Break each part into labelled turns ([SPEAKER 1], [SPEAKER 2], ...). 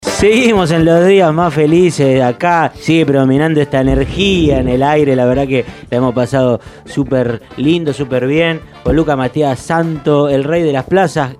[SPEAKER 1] Seguimos en los días más felices de acá, sigue predominando esta energía en el aire, la verdad que la hemos pasado súper lindo, súper bien, con Luca Matías Santo, el rey de las plazas,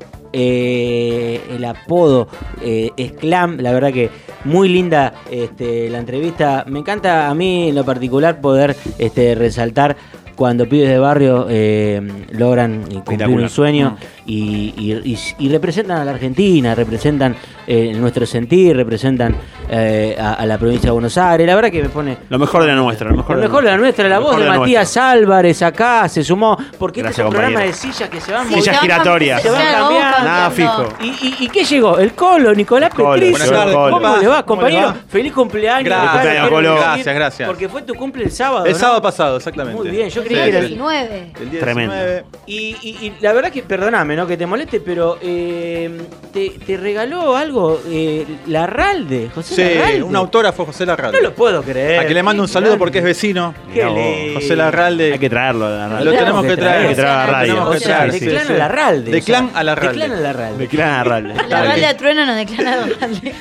[SPEAKER 1] eh, el apodo eh, es Clam, la verdad que muy linda este, la entrevista, me encanta a mí en lo particular poder este, resaltar cuando pibes de barrio eh, logran cumplir un
[SPEAKER 2] Espectacular.
[SPEAKER 1] sueño y, y- y- y representan a la Argentina, representan eh, nuestro sentir, representan eh, a, a la provincia de Buenos Aires. La verdad que me pone...
[SPEAKER 2] Lo mejor de la nuestra, lo mejor,
[SPEAKER 1] Lo mejor de la nuestra, la
[SPEAKER 2] Lo
[SPEAKER 1] voz
[SPEAKER 2] mejor
[SPEAKER 1] de,
[SPEAKER 2] la
[SPEAKER 1] Matías
[SPEAKER 2] nuestra.
[SPEAKER 1] Álvarez acá se sumó, porque
[SPEAKER 2] Gracias,
[SPEAKER 1] este es un programa de
[SPEAKER 2] compañero.
[SPEAKER 1] sillas que se van
[SPEAKER 2] Sillas
[SPEAKER 1] moviendo.
[SPEAKER 2] giratorias.
[SPEAKER 1] Se van cambiando.
[SPEAKER 2] Nada fijo.
[SPEAKER 1] ¿Y, y, y qué llegó? El Colo, Nicolás
[SPEAKER 2] Colo,
[SPEAKER 1] Petricio.
[SPEAKER 2] señor Colo.
[SPEAKER 1] ¿Cómo le va, compañero?
[SPEAKER 3] ¿Cómo le
[SPEAKER 1] Feliz cumpleaños.
[SPEAKER 3] Gracias,
[SPEAKER 1] Acá
[SPEAKER 2] cumpleaños,
[SPEAKER 1] quiero
[SPEAKER 2] Colo.
[SPEAKER 1] decir,
[SPEAKER 3] Gracias, gracias.
[SPEAKER 1] Porque fue tu cumple el sábado.
[SPEAKER 3] El
[SPEAKER 1] ¿no?
[SPEAKER 3] sábado pasado, exactamente.
[SPEAKER 1] Muy bien, yo creí
[SPEAKER 3] Sí,
[SPEAKER 1] que era
[SPEAKER 3] el-
[SPEAKER 4] 19.
[SPEAKER 3] El día
[SPEAKER 2] Tremendo.
[SPEAKER 3] 19.
[SPEAKER 1] Y, y- y la verdad que, perdoname, ¿no? Que te moleste, pero eh, te, te regaló algo eh, Larralde, José
[SPEAKER 3] Sí,
[SPEAKER 1] Larralde.
[SPEAKER 3] un autógrafo, José Larralde.
[SPEAKER 1] No lo puedo creer.
[SPEAKER 3] a que le mando un
[SPEAKER 1] Qué
[SPEAKER 3] saludo
[SPEAKER 1] grande.
[SPEAKER 3] porque es vecino.
[SPEAKER 1] Qué
[SPEAKER 2] Mirá vos.
[SPEAKER 1] lindo.
[SPEAKER 3] José Larralde.
[SPEAKER 2] Hay que traerlo a la radio.
[SPEAKER 3] Lo tenemos que traer.
[SPEAKER 2] Hay que traer a la radio.
[SPEAKER 3] Tenemos que
[SPEAKER 1] O sea,
[SPEAKER 3] traer,
[SPEAKER 1] de
[SPEAKER 3] sí,
[SPEAKER 1] clan
[SPEAKER 3] sí.
[SPEAKER 1] a Larralde.
[SPEAKER 3] De
[SPEAKER 1] o sea,
[SPEAKER 3] clan a Larralde.
[SPEAKER 1] De clan a Larralde.
[SPEAKER 2] Me clan a la radio.
[SPEAKER 3] La
[SPEAKER 4] Larralde
[SPEAKER 3] que-
[SPEAKER 4] a trueno no declara Larralde.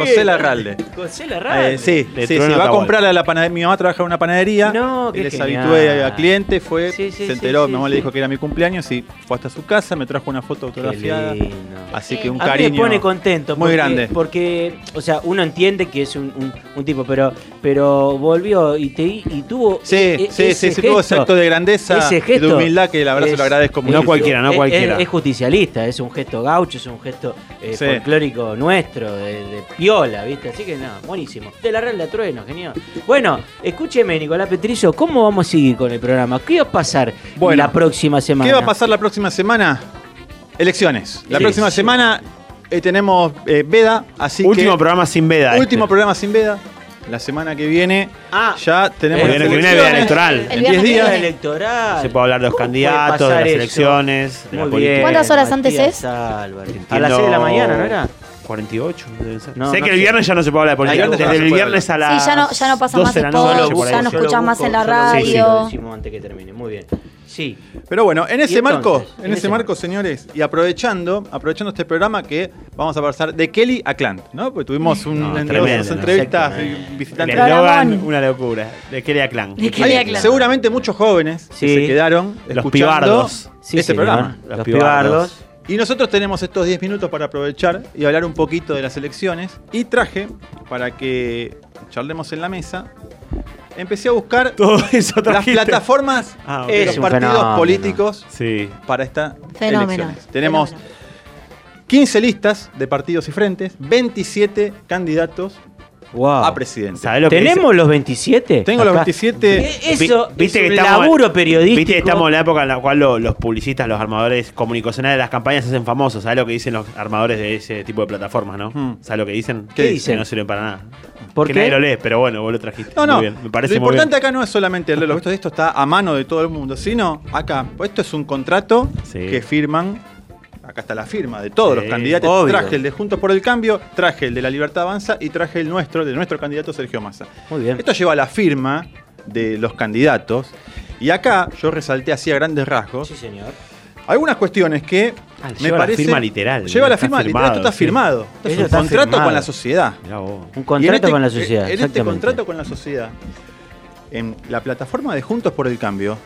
[SPEAKER 3] José Larralde.
[SPEAKER 1] José Larralde.
[SPEAKER 3] Eh, sí,
[SPEAKER 2] De
[SPEAKER 3] sí, sí,
[SPEAKER 2] Trueno
[SPEAKER 3] va a
[SPEAKER 2] Atahualpa.
[SPEAKER 3] comprarle a la panadería. Mi mamá trabaja en una panadería.
[SPEAKER 1] No, qué
[SPEAKER 3] y les
[SPEAKER 1] genial.
[SPEAKER 3] habitué a clientes, fue,
[SPEAKER 1] Sí, sí,
[SPEAKER 3] se
[SPEAKER 1] sí,
[SPEAKER 3] enteró,
[SPEAKER 1] sí,
[SPEAKER 3] mi mamá
[SPEAKER 1] sí.
[SPEAKER 3] le dijo que era mi cumpleaños y fue hasta su casa, me trajo una foto
[SPEAKER 1] Qué
[SPEAKER 3] autografiada.
[SPEAKER 1] lindo.
[SPEAKER 3] Así que un
[SPEAKER 1] A mí
[SPEAKER 3] cariño.
[SPEAKER 1] me pone contento.
[SPEAKER 3] Muy
[SPEAKER 1] porque-
[SPEAKER 3] grande.
[SPEAKER 1] Porque, o sea, uno entiende que es un, un- un tipo, pero, pero volvió y, te, y tuvo.
[SPEAKER 3] Sí,
[SPEAKER 1] e- e-
[SPEAKER 3] sí, sí,
[SPEAKER 1] ese
[SPEAKER 3] sí, tuvo ese
[SPEAKER 1] gesto,
[SPEAKER 3] acto de grandeza,
[SPEAKER 1] ese gesto
[SPEAKER 3] de humildad que la verdad se lo agradezco muchísimo.
[SPEAKER 2] cualquiera, no
[SPEAKER 1] es-
[SPEAKER 2] cualquiera.
[SPEAKER 1] Es, es justicialista, es un gesto gaucho, es un gesto eh,
[SPEAKER 3] Sí.
[SPEAKER 1] folclórico nuestro, de, de piola, ¿viste? Así que nada, buenísimo. De la regla trueno, genial. Bueno, escúcheme, Nicolás Petrillo, ¿cómo vamos a seguir con el programa? ¿Qué va a pasar
[SPEAKER 3] Bueno,
[SPEAKER 1] la próxima semana?
[SPEAKER 3] ¿Qué va a pasar la próxima semana? Elecciones. La
[SPEAKER 1] Sí,
[SPEAKER 3] próxima
[SPEAKER 1] sí.
[SPEAKER 3] semana eh, tenemos eh, Veda, así
[SPEAKER 2] Último
[SPEAKER 3] que-
[SPEAKER 2] programa sin veda.
[SPEAKER 3] Último
[SPEAKER 2] este.
[SPEAKER 3] programa sin Veda. La semana que viene
[SPEAKER 1] Ah,
[SPEAKER 3] ya tenemos
[SPEAKER 1] el
[SPEAKER 3] las
[SPEAKER 2] Porque viene- viene veda
[SPEAKER 3] elecciones.
[SPEAKER 2] electoral.
[SPEAKER 4] El
[SPEAKER 3] En 10
[SPEAKER 4] viernes que
[SPEAKER 3] días.
[SPEAKER 4] viene.
[SPEAKER 1] electoral.
[SPEAKER 2] Se puede hablar de los
[SPEAKER 1] ¿Cómo puede
[SPEAKER 2] candidatos, de
[SPEAKER 1] pasar
[SPEAKER 2] las
[SPEAKER 1] eso?
[SPEAKER 2] elecciones, de la
[SPEAKER 1] Muy
[SPEAKER 2] política.
[SPEAKER 1] bien,
[SPEAKER 4] ¿Cuántas horas antes
[SPEAKER 1] Matías
[SPEAKER 4] es?
[SPEAKER 1] Álvarez. A
[SPEAKER 2] Entiendo-
[SPEAKER 1] las 6 de la mañana, ¿no era?
[SPEAKER 2] 48, deben ser.
[SPEAKER 1] No,
[SPEAKER 2] sé
[SPEAKER 1] no
[SPEAKER 2] que el
[SPEAKER 1] sé.
[SPEAKER 2] viernes ya no se puede hablar de política.
[SPEAKER 3] El viernes ya no se
[SPEAKER 2] Desde el
[SPEAKER 3] puede
[SPEAKER 2] viernes a
[SPEAKER 4] hablar.
[SPEAKER 2] las
[SPEAKER 4] Sí, ya no- ya no pasa
[SPEAKER 2] 12
[SPEAKER 4] más
[SPEAKER 2] de la noche,
[SPEAKER 4] spot,
[SPEAKER 2] por ahí.
[SPEAKER 4] Oh, ya no escuchás más en la radio.
[SPEAKER 1] Lo decimos antes que termine. Muy bien. Sí.
[SPEAKER 3] Pero bueno, en
[SPEAKER 1] ¿Y
[SPEAKER 3] ese
[SPEAKER 1] entonces?
[SPEAKER 3] marco,
[SPEAKER 1] En
[SPEAKER 3] en,
[SPEAKER 1] ese
[SPEAKER 3] ese marco, señores, y aprovechando, aprovechando este programa que vamos a pasar de Kelly a Clant, ¿no? Porque
[SPEAKER 1] Mm.
[SPEAKER 3] tuvimos un,
[SPEAKER 2] No,
[SPEAKER 3] en-
[SPEAKER 2] tremendo,
[SPEAKER 3] dos
[SPEAKER 2] ¿no?
[SPEAKER 3] entrevistas
[SPEAKER 1] Exactamente.
[SPEAKER 2] El
[SPEAKER 3] visitantes.
[SPEAKER 2] eslogan, una locura. De Keria Clan.
[SPEAKER 4] De Kelly
[SPEAKER 3] Hay
[SPEAKER 4] a Clan.
[SPEAKER 3] seguramente muchos jóvenes
[SPEAKER 1] Sí.
[SPEAKER 3] que se quedaron
[SPEAKER 2] Los
[SPEAKER 3] escuchando
[SPEAKER 2] pibardos.
[SPEAKER 1] Sí,
[SPEAKER 3] este
[SPEAKER 1] señor.
[SPEAKER 3] programa.
[SPEAKER 1] Los,
[SPEAKER 2] Los
[SPEAKER 1] pibardos.
[SPEAKER 2] pibardos.
[SPEAKER 3] Y nosotros tenemos estos 10 minutos para aprovechar y hablar un poquito de las elecciones. Y traje, para que charlemos en la mesa, empecé a buscar
[SPEAKER 2] Todo eso
[SPEAKER 3] las
[SPEAKER 2] trajiste.
[SPEAKER 3] plataformas
[SPEAKER 2] Ah, ok.
[SPEAKER 3] de los
[SPEAKER 1] Es un
[SPEAKER 3] partidos
[SPEAKER 1] fenómeno.
[SPEAKER 3] políticos
[SPEAKER 2] Sí.
[SPEAKER 3] para estas
[SPEAKER 4] Fenómeno.
[SPEAKER 3] elecciones. Tenemos
[SPEAKER 4] Fenómeno.
[SPEAKER 3] 15 listas de partidos y frentes, 27 candidatos
[SPEAKER 1] Wow.
[SPEAKER 3] a presidente.
[SPEAKER 2] ¿Sabés lo que
[SPEAKER 1] ¿Tenemos los 27?
[SPEAKER 3] Tengo los
[SPEAKER 1] Acá.
[SPEAKER 3] 27.
[SPEAKER 1] Eh, Eso
[SPEAKER 2] Vi- viste
[SPEAKER 1] es un
[SPEAKER 2] que estamos-
[SPEAKER 1] laburo periodístico.
[SPEAKER 2] Viste que estamos en la época en la cual lo- los publicistas, los armadores comunicacionales de las campañas se hacen famosos. ¿Sabes lo que dicen los armadores de ese tipo de plataformas, no?
[SPEAKER 3] Mm.
[SPEAKER 2] ¿Sabes lo que dicen?
[SPEAKER 1] ¿Qué
[SPEAKER 2] Que
[SPEAKER 1] dicen?
[SPEAKER 2] no sirven para nada.
[SPEAKER 1] ¿Por
[SPEAKER 2] que
[SPEAKER 1] qué?
[SPEAKER 2] nadie lo lee, pero bueno, vos lo trajiste.
[SPEAKER 3] No, no.
[SPEAKER 2] Muy bien, Me parece
[SPEAKER 3] lo
[SPEAKER 2] muy bien.
[SPEAKER 3] importante acá no es solamente leerlo. Esto, esto está a mano de todo el mundo, sino acá. pues Esto es un contrato
[SPEAKER 2] Sí.
[SPEAKER 3] que firman. Acá está la firma de todos
[SPEAKER 2] Sí,
[SPEAKER 3] los candidatos.
[SPEAKER 1] obvio.
[SPEAKER 3] Traje el de Juntos por el Cambio, traje el de la Libertad Avanza y traje el nuestro, de nuestro candidato Sergio Massa.
[SPEAKER 1] Muy bien.
[SPEAKER 3] Esto lleva la firma de los candidatos. Y acá yo resalté así a grandes rasgos
[SPEAKER 1] Sí, señor.
[SPEAKER 3] algunas cuestiones que
[SPEAKER 2] Ah,
[SPEAKER 3] me
[SPEAKER 2] lleva la
[SPEAKER 3] parece.
[SPEAKER 2] firma literal.
[SPEAKER 3] Lleva la
[SPEAKER 2] Está
[SPEAKER 3] firma
[SPEAKER 2] firmado,
[SPEAKER 3] literal. Esto está
[SPEAKER 2] sí.
[SPEAKER 3] firmado. Esto es
[SPEAKER 1] Eso
[SPEAKER 3] un
[SPEAKER 1] está
[SPEAKER 3] contrato
[SPEAKER 1] firmado.
[SPEAKER 3] con la sociedad.
[SPEAKER 2] Mirá vos.
[SPEAKER 1] Un
[SPEAKER 3] Y en
[SPEAKER 1] contrato
[SPEAKER 3] este-
[SPEAKER 1] con la sociedad.
[SPEAKER 3] En este
[SPEAKER 1] exactamente.
[SPEAKER 3] contrato con la sociedad, en la plataforma de Juntos por el Cambio,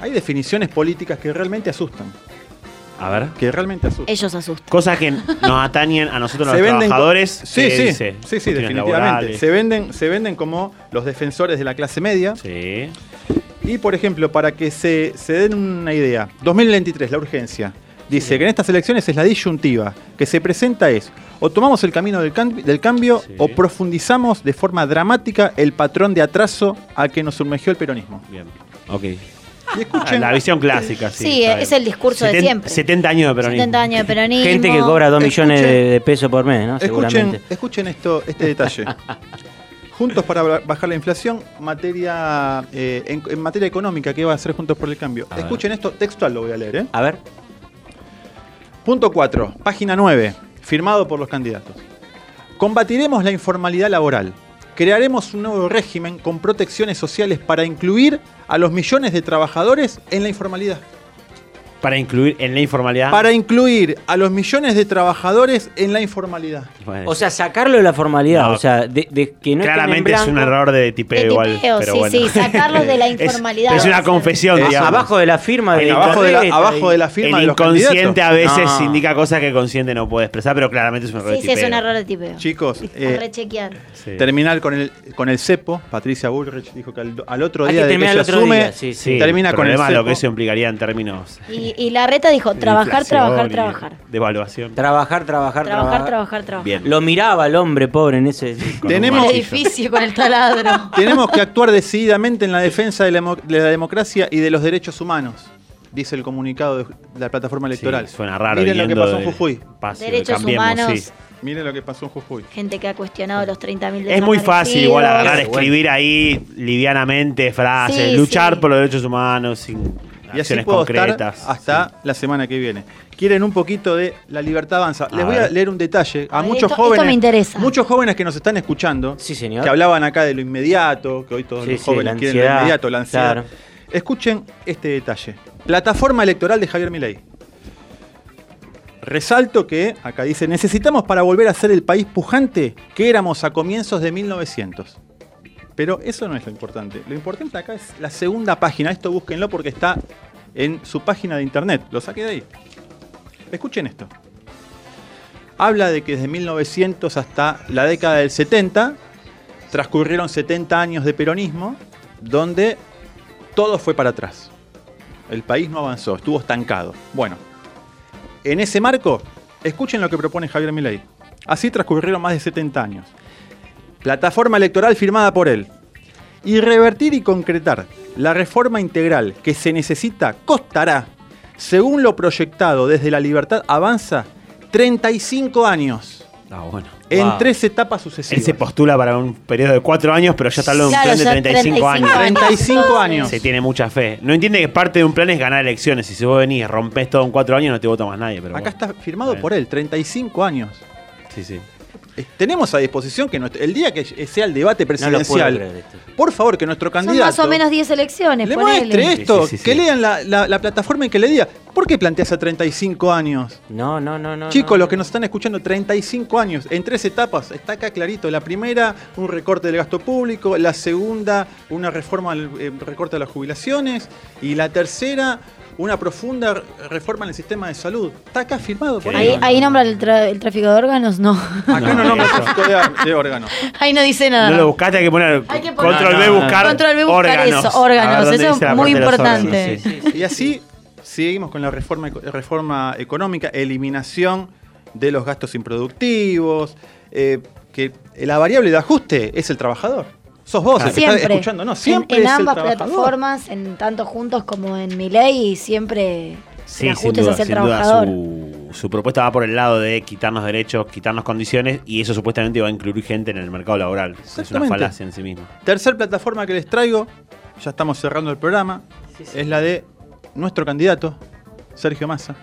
[SPEAKER 3] hay definiciones políticas que realmente asustan.
[SPEAKER 2] A ver.
[SPEAKER 3] que realmente asustan.
[SPEAKER 4] Ellos asustan.
[SPEAKER 2] Cosas que nos atañen a nosotros los
[SPEAKER 3] Se venden co-
[SPEAKER 2] trabajadores.
[SPEAKER 3] Sí,
[SPEAKER 2] que
[SPEAKER 3] sí,
[SPEAKER 2] dice,
[SPEAKER 3] sí, sí,
[SPEAKER 2] cuestiones
[SPEAKER 3] definitivamente.
[SPEAKER 2] laborales.
[SPEAKER 3] Se venden, se venden como los defensores de la clase media.
[SPEAKER 2] Sí.
[SPEAKER 3] Y por ejemplo, para que se, se den una idea, 2023, la urgencia. Dice que en estas elecciones es la disyuntiva que se presenta es o tomamos el camino del, cam- del cambio
[SPEAKER 2] Sí.
[SPEAKER 3] o profundizamos de forma dramática el patrón de atraso a que nos sumergió el peronismo.
[SPEAKER 2] Bien. Ok.
[SPEAKER 3] Y
[SPEAKER 2] Ah,
[SPEAKER 3] escuchen,
[SPEAKER 2] La visión clásica, sí.
[SPEAKER 5] Sí,
[SPEAKER 2] está
[SPEAKER 5] es
[SPEAKER 2] bien.
[SPEAKER 5] el discurso de
[SPEAKER 2] 70
[SPEAKER 5] siempre.
[SPEAKER 2] 70 años de peronismo.
[SPEAKER 5] 70 años de peronismo.
[SPEAKER 1] Gente que cobra 2 millones de,
[SPEAKER 3] Escuchen.
[SPEAKER 1] de pesos por mes, ¿no?
[SPEAKER 3] escuchen,
[SPEAKER 1] Seguramente.
[SPEAKER 3] escuchen esto, este detalle. Juntos para ba- bajar la inflación, materia eh, en, en materia económica que va a hacer Juntos por el Cambio.
[SPEAKER 2] A ver.
[SPEAKER 3] escuchen esto, textual lo voy a leer. ¿eh?
[SPEAKER 1] A ver.
[SPEAKER 3] Punto 4, página 9, firmado por los candidatos. Combatiremos la informalidad laboral. Crearemos un nuevo régimen con protecciones sociales para incluir a los millones de trabajadores en la informalidad.
[SPEAKER 2] Para incluir en la informalidad.
[SPEAKER 3] Para incluir a los millones de trabajadores en la informalidad.
[SPEAKER 2] Bueno,
[SPEAKER 1] O sea, sacarlo de la formalidad.
[SPEAKER 2] No.
[SPEAKER 1] O sea, de, de que no estén en
[SPEAKER 2] claramente es un
[SPEAKER 1] blanco.
[SPEAKER 2] error de tipeo,
[SPEAKER 5] De
[SPEAKER 2] igual.
[SPEAKER 5] tipeo,
[SPEAKER 2] pero
[SPEAKER 5] sí,
[SPEAKER 2] bueno.
[SPEAKER 5] sí, sacarlos de la informalidad.
[SPEAKER 2] Es, es una
[SPEAKER 5] Vamos a-
[SPEAKER 2] confesión,
[SPEAKER 1] Es
[SPEAKER 2] digamos.
[SPEAKER 1] abajo de la firma
[SPEAKER 2] Ahí
[SPEAKER 1] de
[SPEAKER 2] abajo de la-
[SPEAKER 1] Carreta
[SPEAKER 3] abajo
[SPEAKER 1] y-
[SPEAKER 3] de la firma
[SPEAKER 2] el
[SPEAKER 3] de los
[SPEAKER 2] inconsciente a
[SPEAKER 3] candidatos.
[SPEAKER 2] veces
[SPEAKER 3] No.
[SPEAKER 2] indica cosas que el consciente no puede expresar, pero claramente es un error de
[SPEAKER 5] Sí, sí, es
[SPEAKER 2] tipeo.
[SPEAKER 5] un error de tipeo.
[SPEAKER 3] Chicos,
[SPEAKER 5] A
[SPEAKER 3] eh,
[SPEAKER 5] rechequear.
[SPEAKER 2] Sí.
[SPEAKER 3] terminar con el, con el cepo. Patricia Bullrich dijo que al, al otro
[SPEAKER 1] Hay
[SPEAKER 3] día
[SPEAKER 1] que
[SPEAKER 3] de que
[SPEAKER 1] terminar
[SPEAKER 3] ella
[SPEAKER 1] el otro
[SPEAKER 3] asume,
[SPEAKER 1] día, sí, sí.
[SPEAKER 2] Sí,
[SPEAKER 3] termina
[SPEAKER 2] el
[SPEAKER 3] con el
[SPEAKER 2] problema,
[SPEAKER 3] cepo.
[SPEAKER 2] lo que eso implicaría en términos.
[SPEAKER 5] Y, y la reta dijo, trabajar,
[SPEAKER 2] de
[SPEAKER 5] trabajar,
[SPEAKER 2] inflación y
[SPEAKER 5] trabajar.
[SPEAKER 2] Devaluación.
[SPEAKER 1] Trabajar, trabajar,
[SPEAKER 5] Trabajar,
[SPEAKER 1] trabajar,
[SPEAKER 5] trabajar, trabajar.
[SPEAKER 2] Bien.
[SPEAKER 1] Lo miraba el hombre pobre en ese.
[SPEAKER 2] Con un
[SPEAKER 3] Tenemos-
[SPEAKER 2] martillo.
[SPEAKER 5] Edificio con el taladro.
[SPEAKER 3] Tenemos que actuar decididamente en la defensa de la, demo- de la democracia y de los derechos humanos, dice el comunicado de la plataforma electoral.
[SPEAKER 2] Sí, suena raro.
[SPEAKER 3] Miren lo que
[SPEAKER 2] viniendo
[SPEAKER 3] pasó en
[SPEAKER 2] de-
[SPEAKER 3] Jujuy.
[SPEAKER 2] Paso,
[SPEAKER 5] Derechos
[SPEAKER 2] cambiemos,
[SPEAKER 5] humanos.
[SPEAKER 2] sí.
[SPEAKER 3] Miren lo que pasó en Jujuy.
[SPEAKER 5] Gente que ha cuestionado los 30.000
[SPEAKER 2] Es muy fácil igual agarrar,
[SPEAKER 1] Claro, bueno.
[SPEAKER 2] escribir ahí livianamente frases,
[SPEAKER 5] Sí,
[SPEAKER 2] luchar
[SPEAKER 5] sí.
[SPEAKER 2] por los derechos humanos, sin
[SPEAKER 3] Y así
[SPEAKER 2] acciones
[SPEAKER 3] puedo
[SPEAKER 2] concretas.
[SPEAKER 3] estar hasta la semana que viene. Quieren un poquito de la libertad avanza. Les
[SPEAKER 2] A
[SPEAKER 3] voy a
[SPEAKER 2] ver.
[SPEAKER 3] leer un detalle. A,
[SPEAKER 5] A ver,
[SPEAKER 3] muchos
[SPEAKER 5] esto- esto
[SPEAKER 3] jóvenes.
[SPEAKER 5] me interesa.
[SPEAKER 3] Muchos jóvenes que nos están escuchando.
[SPEAKER 1] Sí, señor.
[SPEAKER 3] Que hablaban acá de lo inmediato, que hoy todos
[SPEAKER 1] Sí,
[SPEAKER 3] los
[SPEAKER 1] sí,
[SPEAKER 3] jóvenes
[SPEAKER 1] la
[SPEAKER 3] quieren lo
[SPEAKER 1] ansiedad,
[SPEAKER 3] inmediato, la ansiedad.
[SPEAKER 1] claro.
[SPEAKER 3] Escuchen este detalle. Plataforma electoral de Javier Milei. Resalto que, acá dice, necesitamos para volver a ser el país pujante que éramos a comienzos de 1900. Pero eso no es lo importante. Lo importante acá es la segunda página. Esto búsquenlo porque está en su página de internet. Lo saqué de ahí. Escuchen esto. Habla de que desde 1900 hasta la década del 70 transcurrieron 70 años de peronismo donde todo fue para atrás. El país no avanzó, estuvo estancado. Bueno, en ese marco, escuchen lo que propone Javier Milei. Así transcurrieron más de 70 años. Plataforma electoral firmada por él. Y revertir y concretar la reforma integral que se necesita costará, según lo proyectado desde la libertad avanza, 35 años
[SPEAKER 2] Ah, bueno.
[SPEAKER 3] en
[SPEAKER 1] Wow.
[SPEAKER 3] tres etapas
[SPEAKER 2] Él
[SPEAKER 3] sucesivas.
[SPEAKER 2] se postula para un periodo de cuatro años, pero ya está hablando de un
[SPEAKER 5] Claro,
[SPEAKER 2] plan de
[SPEAKER 5] ya
[SPEAKER 2] 35,
[SPEAKER 5] 35
[SPEAKER 2] años.
[SPEAKER 3] 35 años.
[SPEAKER 2] Se tiene mucha fe. No entiende que parte de un plan es ganar elecciones. Y si vos venís, rompés todo en cuatro años, no te vota más nadie. Pero
[SPEAKER 3] Acá
[SPEAKER 2] bueno.
[SPEAKER 3] está firmado
[SPEAKER 2] Bien.
[SPEAKER 3] por él, 35 años.
[SPEAKER 2] Sí, sí.
[SPEAKER 3] Eh, Tenemos a disposición que nuestro- el día que sea el debate presidencial,
[SPEAKER 1] creer esto.
[SPEAKER 3] por favor, que nuestro
[SPEAKER 5] Son
[SPEAKER 3] candidato
[SPEAKER 5] más o menos 10 elecciones,
[SPEAKER 3] le
[SPEAKER 5] ponele.
[SPEAKER 3] muestre esto,
[SPEAKER 2] Sí, sí, sí,
[SPEAKER 3] que
[SPEAKER 2] sí.
[SPEAKER 3] lean la, la- la plataforma y que le diga, ¿por qué planteas a 35 años?
[SPEAKER 1] No, no, no, no.
[SPEAKER 3] Chicos,
[SPEAKER 1] no.
[SPEAKER 3] los que nos están escuchando, 35 años, en tres etapas, está acá clarito. La primera, un recorte del gasto público. La segunda, una reforma, al eh, recorte de las jubilaciones. Y la tercera, una profunda re- reforma en el sistema de salud. Está acá firmado por
[SPEAKER 5] Ahí,
[SPEAKER 3] él.
[SPEAKER 5] ahí nombra el, tra- el tráfico de órganos, no.
[SPEAKER 3] Acá no,
[SPEAKER 2] No,
[SPEAKER 3] nombra
[SPEAKER 2] eso.
[SPEAKER 3] tráfico de, de órganos.
[SPEAKER 5] ahí no dice nada.
[SPEAKER 2] No lo buscaste, hay que poner
[SPEAKER 5] Ah. Hay que poner-
[SPEAKER 2] control
[SPEAKER 1] No,
[SPEAKER 2] B,
[SPEAKER 1] no, no.
[SPEAKER 2] buscar
[SPEAKER 5] Control B, buscar
[SPEAKER 2] órganos.
[SPEAKER 5] eso, órganos,
[SPEAKER 2] A ver dónde
[SPEAKER 5] eso es
[SPEAKER 2] dice la
[SPEAKER 5] muy
[SPEAKER 2] parte de los órganos,
[SPEAKER 5] importante.
[SPEAKER 2] sí.
[SPEAKER 3] Y así seguimos con la reforma, eco- reforma económica, eliminación de los gastos improductivos, eh, que la variable de ajuste es el trabajador. Sos vos el que
[SPEAKER 5] siempre.
[SPEAKER 3] está escuchando, ¿no?
[SPEAKER 5] En-
[SPEAKER 3] Siempre
[SPEAKER 5] en,
[SPEAKER 3] es el
[SPEAKER 5] ambas
[SPEAKER 3] trabajador.
[SPEAKER 5] plataformas, en tanto juntos como en Milei, y siempre
[SPEAKER 2] Sí,
[SPEAKER 5] el
[SPEAKER 2] sin
[SPEAKER 5] ajuste es
[SPEAKER 2] duda,
[SPEAKER 5] hacia el
[SPEAKER 2] sin duda,
[SPEAKER 5] trabajador.
[SPEAKER 2] su, su propuesta va por el lado de quitarnos derechos, quitarnos condiciones y eso supuestamente va a incluir gente en el mercado laboral. Es una
[SPEAKER 3] Exactamente.
[SPEAKER 2] falacia en sí misma.
[SPEAKER 3] Tercer plataforma que les traigo, ya estamos cerrando el programa, es la de nuestro candidato, Sergio Massa,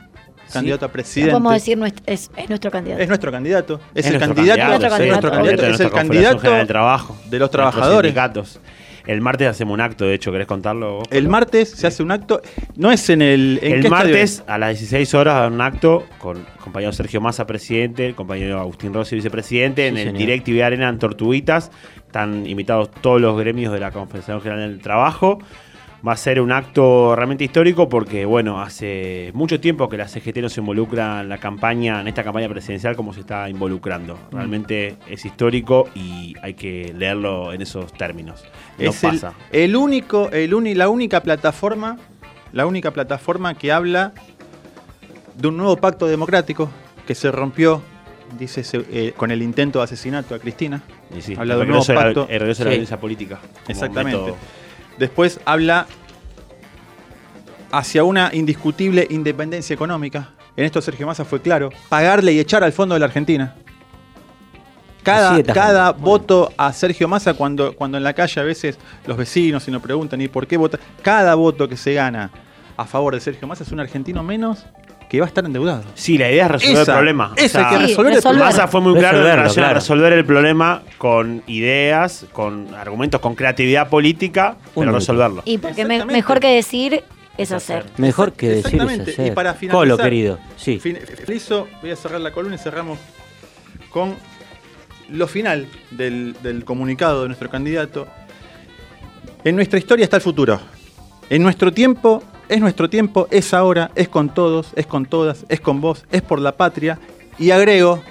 [SPEAKER 3] candidato a presidente.
[SPEAKER 5] Podemos decir, nuestro- es, es nuestro candidato.
[SPEAKER 3] Es nuestro candidato, es,
[SPEAKER 2] Es
[SPEAKER 3] el
[SPEAKER 2] nuestro
[SPEAKER 3] candidato,
[SPEAKER 2] sí,
[SPEAKER 3] es nuestro
[SPEAKER 5] Nuestro candidato
[SPEAKER 3] candidato, es el
[SPEAKER 2] nuestra Confederación
[SPEAKER 3] candidato
[SPEAKER 2] General del trabajo,
[SPEAKER 3] de los
[SPEAKER 2] nuestros
[SPEAKER 3] trabajadores.
[SPEAKER 2] sindicatos. El martes hacemos un acto, de hecho, ¿querés contarlo? vos?
[SPEAKER 3] El martes se hace un acto, no es en el... ¿en qué
[SPEAKER 2] El
[SPEAKER 3] estadio es?
[SPEAKER 2] martes a las 16 horas va a haber un acto con el compañero Sergio Massa, presidente, el compañero Agustín Rossi, vicepresidente, en el
[SPEAKER 1] señor.
[SPEAKER 2] DirecTV Arena en Tortuguitas. Están invitados todos los gremios de la Confederación General del Trabajo. Va a ser un acto realmente histórico porque, bueno, hace mucho tiempo que la CGT no se involucra en la campaña, en esta campaña presidencial como se está involucrando.
[SPEAKER 3] Mm.
[SPEAKER 2] Realmente es histórico y hay que leerlo en esos términos. No
[SPEAKER 3] es el-
[SPEAKER 2] pasa.
[SPEAKER 3] El, único, el uni- la única plataforma, la única plataforma que habla de un nuevo pacto democrático que se rompió, dice, se- eh, con el intento de asesinato a Cristina.
[SPEAKER 2] Y sí,
[SPEAKER 3] habla de
[SPEAKER 2] el
[SPEAKER 3] un nuevo
[SPEAKER 2] regreso de la-
[SPEAKER 3] pacto.
[SPEAKER 2] el regreso de la
[SPEAKER 3] Sí.
[SPEAKER 2] violencia política. como
[SPEAKER 3] Exactamente.
[SPEAKER 2] método.
[SPEAKER 3] Después habla hacia una indiscutible independencia económica. En esto Sergio Massa fue claro. Pagarle y echar al fondo de la Argentina.
[SPEAKER 1] Así
[SPEAKER 3] Cada,
[SPEAKER 1] de tajante.
[SPEAKER 3] cada voto a Sergio Massa, cuando, cuando en la calle a veces los vecinos y nos preguntan, ¿y por qué vota? Cada voto que se gana a favor de Sergio Massa es un argentino menos que va a estar endeudado.
[SPEAKER 2] Sí, la idea es resolver
[SPEAKER 3] Esa,
[SPEAKER 2] el problema.
[SPEAKER 3] esa hay que
[SPEAKER 5] Sí, resolver el resolver. problema.
[SPEAKER 2] Massa fue muy claro en
[SPEAKER 1] Resolverlo,
[SPEAKER 2] relación a
[SPEAKER 1] claro.
[SPEAKER 2] resolver el problema con ideas, con argumentos, con creatividad política, pero
[SPEAKER 1] minuto.
[SPEAKER 2] resolverlo.
[SPEAKER 5] Y porque me-
[SPEAKER 3] Exactamente.
[SPEAKER 5] mejor que decir es hacer.
[SPEAKER 1] Mejor que decir es
[SPEAKER 3] Exactamente.
[SPEAKER 1] hacer.
[SPEAKER 3] Y para finalizar,
[SPEAKER 1] Colo, querido. Sí.
[SPEAKER 3] fin- finalizo, voy a cerrar la columna y cerramos con lo final del, del comunicado de nuestro candidato. En nuestra historia está el futuro. En nuestro tiempo, es nuestro tiempo, es ahora, es con todos, es con todas, es con vos, es por la patria. Y agrego,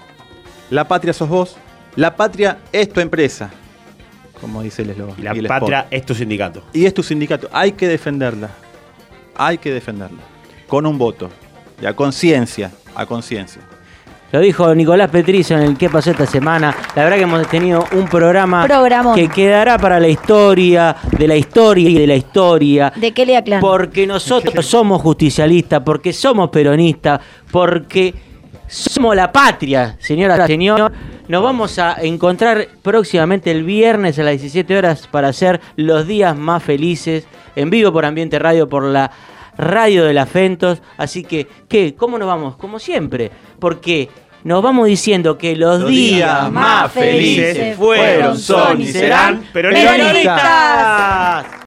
[SPEAKER 3] la patria sos vos, la patria es tu empresa, como dice el eslogan.
[SPEAKER 2] Y la
[SPEAKER 3] y el spot.
[SPEAKER 2] patria es tu sindicato.
[SPEAKER 3] Y es tu sindicato. Hay que defenderla. Hay que defenderla. Con un voto. Y a conciencia. A conciencia.
[SPEAKER 1] Lo dijo Nicolás Petrizo en el que pasó esta semana. La verdad que hemos tenido un programa
[SPEAKER 5] Programón.
[SPEAKER 1] que quedará para la historia, de la historia y de la historia.
[SPEAKER 5] De Kelly Clan.
[SPEAKER 1] Porque nosotros somos justicialistas, porque somos peronistas, porque somos la patria, señora, señor. Nos vamos a encontrar próximamente el viernes a las 17 horas para hacer los días más felices en vivo por Ambiente Radio, por la radio de la Fentos. Así que, ¿qué? ¿Cómo nos vamos? Como siempre, porque nos vamos diciendo que los,
[SPEAKER 3] Los
[SPEAKER 1] días,
[SPEAKER 3] días
[SPEAKER 1] más felices fueron, son y serán
[SPEAKER 2] peronistas.
[SPEAKER 3] Ah,
[SPEAKER 1] peronistas.